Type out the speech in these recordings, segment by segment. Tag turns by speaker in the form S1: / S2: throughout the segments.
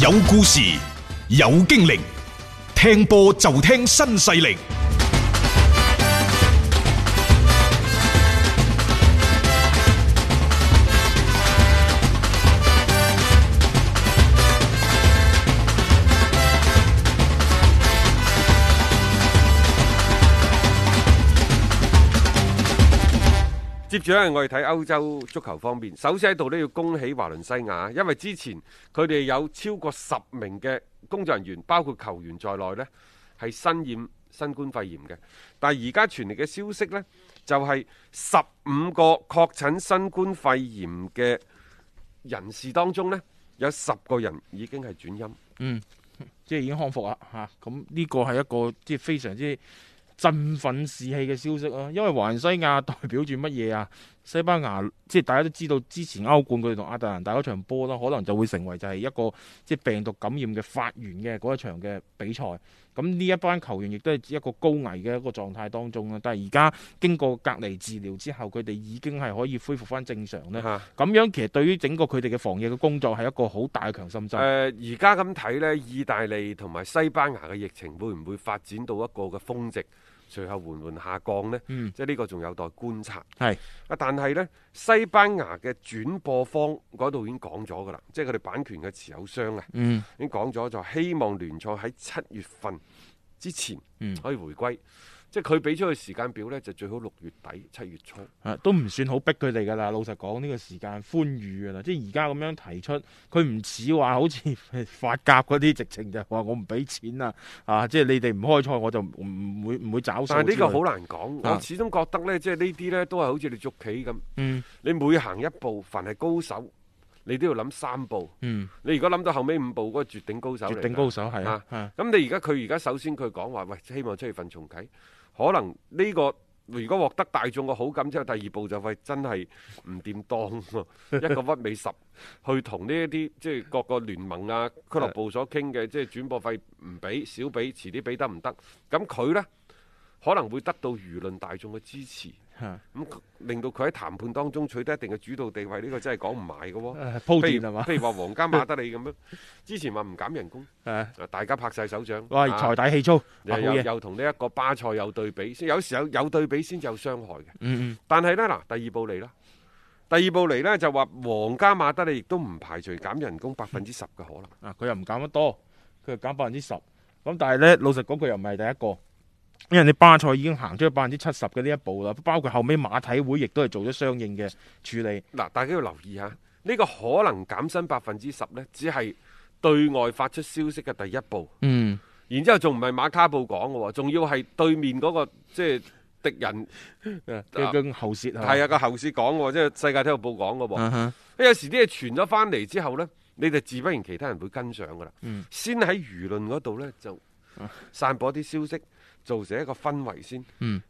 S1: 有故事，有經歷，聽波就聽新勢力。
S2: 接住咧，我哋睇歐洲足球方面，首先喺度都要恭喜華倫西亞，因為之前佢哋有超過十名嘅工作人員，包括球員在內呢係身染新冠肺炎嘅。但係而家傳嚟嘅消息呢，就係十五個確診新冠肺炎嘅人士當中呢，有十個人已經係轉陰。
S3: 即係已經康復啦啊嚇。咁、呢個係一個即係非常之振奮士氣嘅消息啦。因為華人西亞代表住乜嘢啊？西班牙 即係大家都知道，之前歐冠佢哋同亞特蘭大嗰場波啦，可能就會成為就係一個即係病毒感染嘅發源嘅嗰一場嘅比賽。咁呢一班球員亦都係一個高危嘅一個狀態當中啊啦。但係而家經過隔離治療之後，佢哋已經係可以恢復翻正常咧。
S2: 嚇
S3: 咁樣其實對於整個佢哋嘅防疫嘅工作係一個好大嘅強心針。
S2: 誒呃而家咁睇呢，意大利同埋西班牙嘅疫情會唔會發展到一個嘅峰值，隨後緩緩下降呢？
S3: 嗯
S2: 即係呢個仲有待觀察。
S3: 係
S2: 啊，但係呢，西班牙嘅轉播方嗰度已經講咗㗎啦，即係佢哋版權嘅持有商啊，
S3: 嗯
S2: 已經講咗就希望聯賽喺七月份之前
S3: 嗯
S2: 可以回歸。即係佢俾出嘅時間表呢，就最好六月底七月初。
S3: 啊，都唔算好逼佢哋噶啦。老實講，呢、個時間寬裕噶啦，即係而家咁樣提出，佢唔似話好似法甲嗰啲直情就話我唔俾錢啊，啊，即係你哋唔開賽我就唔唔會唔會找數。
S2: 但係呢個好，難講，
S3: 啊
S2: 我始終覺得呢，即係呢啲呢，都係好似你捉棋咁。
S3: 嗯
S2: 你每行一步，凡係高手，你都要諗三步。
S3: 嗯，
S2: 你如果諗到後尾五步，嗰、個絕頂高手嚟㗎
S3: 絕頂高。手係啊
S2: 啊，
S3: 啊
S2: 咁你而家佢而家首先佢講話，喂，希望出去份重啟，可能呢、個如果獲得大眾嘅好感之後，第二步就喂真係唔掂當喎，一個屈美十去同呢一啲即係各個聯盟啊、俱樂部所傾嘅，即係轉播費唔俾、少俾、遲啲俾得唔得？咁佢呢，可能會得到輿論大眾嘅支持。
S3: 啊
S2: 咁佢令到佢喺談判當中取得一定嘅主導地位，呢、個真係講唔埋嘅喎。
S3: 誒
S2: 譬
S3: 鋪墊
S2: 如
S3: 係嘛？
S2: 譬如話皇家馬德里咁樣，之前話唔減人工，
S3: 誒，
S2: 啊大家拍晒手掌。
S3: 喂，
S2: 啊
S3: 財大氣粗，啊好
S2: 又又
S3: 嘢，
S2: 又同呢一個巴塞有對比，先有時有有對比先至有傷害嘅。
S3: 嗯嗯
S2: 但係呢，嗱，第二步嚟啦，第二步嚟呢，就話皇家馬德里亦都唔排除減人工百分之十嘅可能。
S3: 啊，佢又唔減得多，佢又減百分之十。咁但係咧，老實講，佢又唔係第一個。因為你巴塞已經行咗百分之七十嘅呢一步啦，包括後尾馬體會亦都係做咗相應嘅處理。
S2: 嗱，大家要留意下，呢、個可能減薪百分之十呢，只係對外發出消息嘅第一步。
S3: 嗯，
S2: 然之後仲唔係馬卡報講嘅喎，仲要係對面嗰、個即係敵人
S3: 誒佢佢喉舌
S2: 啊係啊個後市講嘅喎，即係世界體育報講嘅喎。
S3: 啊，
S2: 有時啲嘢傳咗翻嚟之後呢，你就自不然其他人會跟上㗎啦。
S3: 嗯
S2: 先喺輿論嗰度呢，就散播啲消息，造成一個氛圍先。咁、
S3: 嗯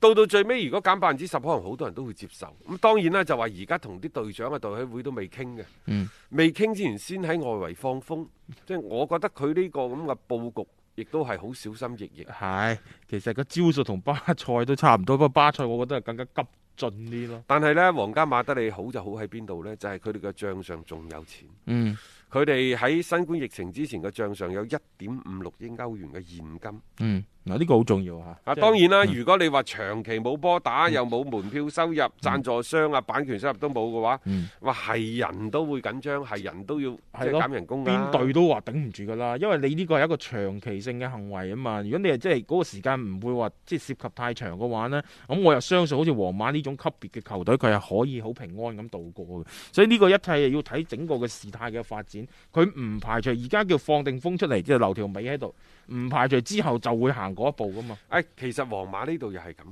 S2: 到到最尾，如果減百分之十，可能好多人都會接受。咁當然啦，就話而家同啲隊長嘅代委會都未傾嘅。
S3: 嗯
S2: 未傾之前先喺外圍放風，即係我覺得佢呢個咁嘅佈局，亦都係好小心翼翼。
S3: 係，其實個招數同巴塞都差唔多，不過巴塞我覺得係更加急進啲咯。
S2: 但係呢，皇家馬德里好就好喺邊度呢？就係佢哋嘅帳上仲有錢，
S3: 嗯，
S2: 佢哋喺新冠疫情之前嘅帳上有一點五六億歐元嘅現金。
S3: 嗯，嗱呢個好重要嚇。
S2: 啊，
S3: 即係嗯
S2: 當然啦，如果你話長期冇波打，又冇門票收入、贊助商啊、版權收入都冇嘅話，
S3: 嗯
S2: 哇，係人都會緊張，係人都要即係
S3: 係咯
S2: 減人工㗎啊
S3: 邊隊都話頂唔住㗎啦，因為你呢個係一個長期性嘅行為啊嘛。如果你係即係嗰個時間唔會話即係涉及太長嘅話呢，咁我又相信好似皇馬呢種級別嘅球隊，佢係可以好平安咁度過嘅。所以呢個一切要睇整個嘅事態嘅發展，佢唔排除而家叫放定風出嚟，即係留條尾喺度，唔排除之後就會行嗰一步㗎嘛。
S2: 誒，哎其實皇馬呢度又係咁，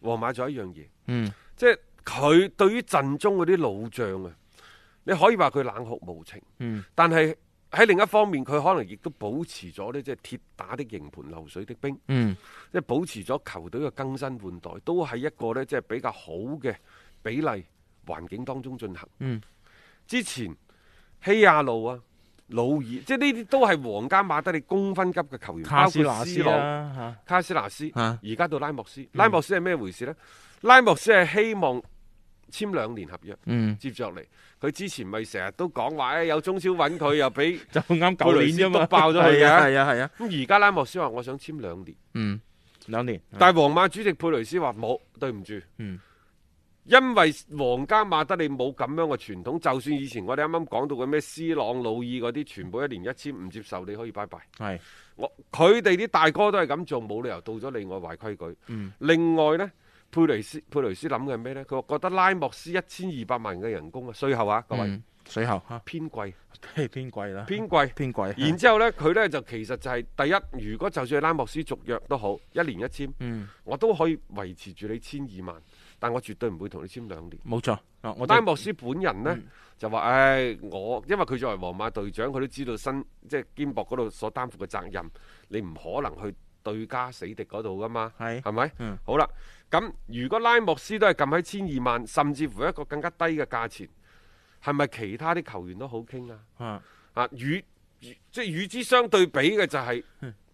S2: 皇馬仲有一樣嘢，
S3: 嗯。
S2: 即係佢對於陣中嗰啲老將啊，你可以話佢冷酷無情，
S3: 嗯
S2: 但係喺另一方面，佢可能亦都保持咗呢，即係鐵打的營盤流水的兵，
S3: 嗯
S2: 即係保持咗球隊嘅更新換代，都係一個呢，即係比較好嘅比例環境當中進行。
S3: 嗯
S2: 之前希亞路啊。魯爾，即係呢啲都係皇家馬德里公分級嘅球員，
S3: 卡
S2: 包
S3: 斯
S2: 括
S3: 拿
S2: 斯
S3: 斯
S2: 朗、
S3: 啦
S2: 卡斯拿斯，
S3: 嚇嚇，嗯
S2: 而家到拉莫斯，拉莫斯係咩回事呢？拉莫斯係希望簽兩年合約。
S3: 嗯，
S2: 接着嚟，佢之前咪成日都講話，哎誒有中超揾佢，又俾
S3: 就啱舊年啫嘛，
S2: 佩雷斯篤爆咗佢嘅
S3: 係啊係啊係啊，
S2: 咁而家拉莫斯話我想簽兩年，
S3: 嗯，兩年，
S2: 但係皇馬主席佩雷斯話冇，對唔住，
S3: 嗯
S2: 因為皇家馬德里冇咁樣嘅傳統，就算以前我哋啱啱講到嘅咩斯朗、魯爾嗰啲，全部一年一簽唔接受，你可以拜拜。
S3: 係
S2: 我佢哋啲大哥都係咁做，冇理由到咗你我違規矩。
S3: 嗯
S2: 另外呢，佩雷斯佩雷斯諗嘅係咩呢？佢話覺得拉莫斯一千二百萬嘅人工啊，税後啊，各位、
S3: 嗯水喉嚇
S2: 偏貴，
S3: 偏偏貴啦，
S2: 偏 貴。
S3: 偏貴，
S2: 然之後呢，佢呢就其實就係、第一，如果就算係拉莫斯續約都好，一年一簽，
S3: 嗯
S2: 我都可以維持住你千二萬，但我絕對唔會同你簽兩年。
S3: 冇錯啊，我嗯
S2: 拉
S3: 哋
S2: 莫斯本人呢，就話：，唉、我因為佢作為皇馬隊長，佢都知道身即係肩膊嗰度所擔負嘅責任，你唔可能去對家死敵嗰度噶嘛，
S3: 係
S2: 係咪？
S3: 嗯
S2: 好啦，咁如果拉莫斯都係撳喺千二萬，甚至乎一個更加低嘅價錢，係咪其他啲球員都好傾啊？
S3: 啊
S2: 啊，與與即係與之相對比嘅就係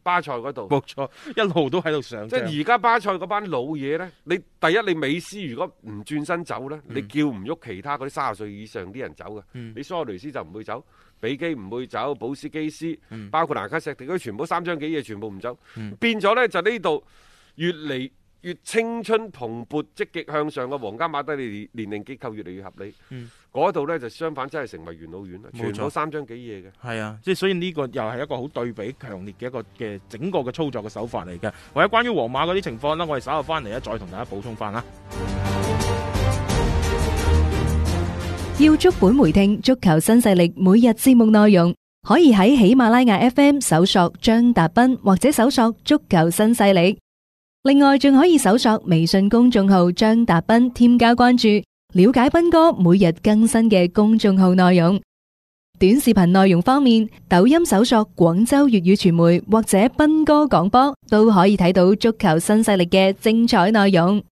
S2: 巴塞嗰度。
S3: 冇錯，一路都喺度上
S2: 即
S3: 漲，
S2: 係而家巴塞嗰班老嘢呢，你第一你美斯如果唔轉身走呢，你叫唔喐其他嗰啲三十歲以上啲人走嘅，
S3: 嗯
S2: 你蘇亞雷斯就唔會走，比基唔會走，保斯基斯，包括蘭卡石地區全部三張幾嘢全部唔走，
S3: 嗯
S2: 變咗呢，就呢度越嚟越青春蓬勃、積極向上嘅皇家馬德里年年齡結構越嚟越合理
S3: 嗯，
S2: 嗰度、呢，就相反真係成為元老院啦，
S3: 冇
S2: 全
S3: 錯
S2: 部三張幾嘢嘅。
S3: 係啊，即係所以呢個又係一個好對比強烈嘅一個嘅整個嘅操作嘅手法嚟嘅。或者關於皇馬嗰啲情況啦，我哋稍後翻嚟咧再同大家補充翻啦。
S4: 要足本回聽足球新勢力每日節目內容，可以喺喜馬拉雅 FM 搜索張達斌或者搜索足球新勢力。另外，仲可以搜索微信公眾號張達斌，添加關注，了解斌哥每日更新嘅公眾號內容。短視頻內容方面，抖音搜索廣州粵語傳媒或者斌哥廣播，都可以睇到足球新勢力嘅精彩內容。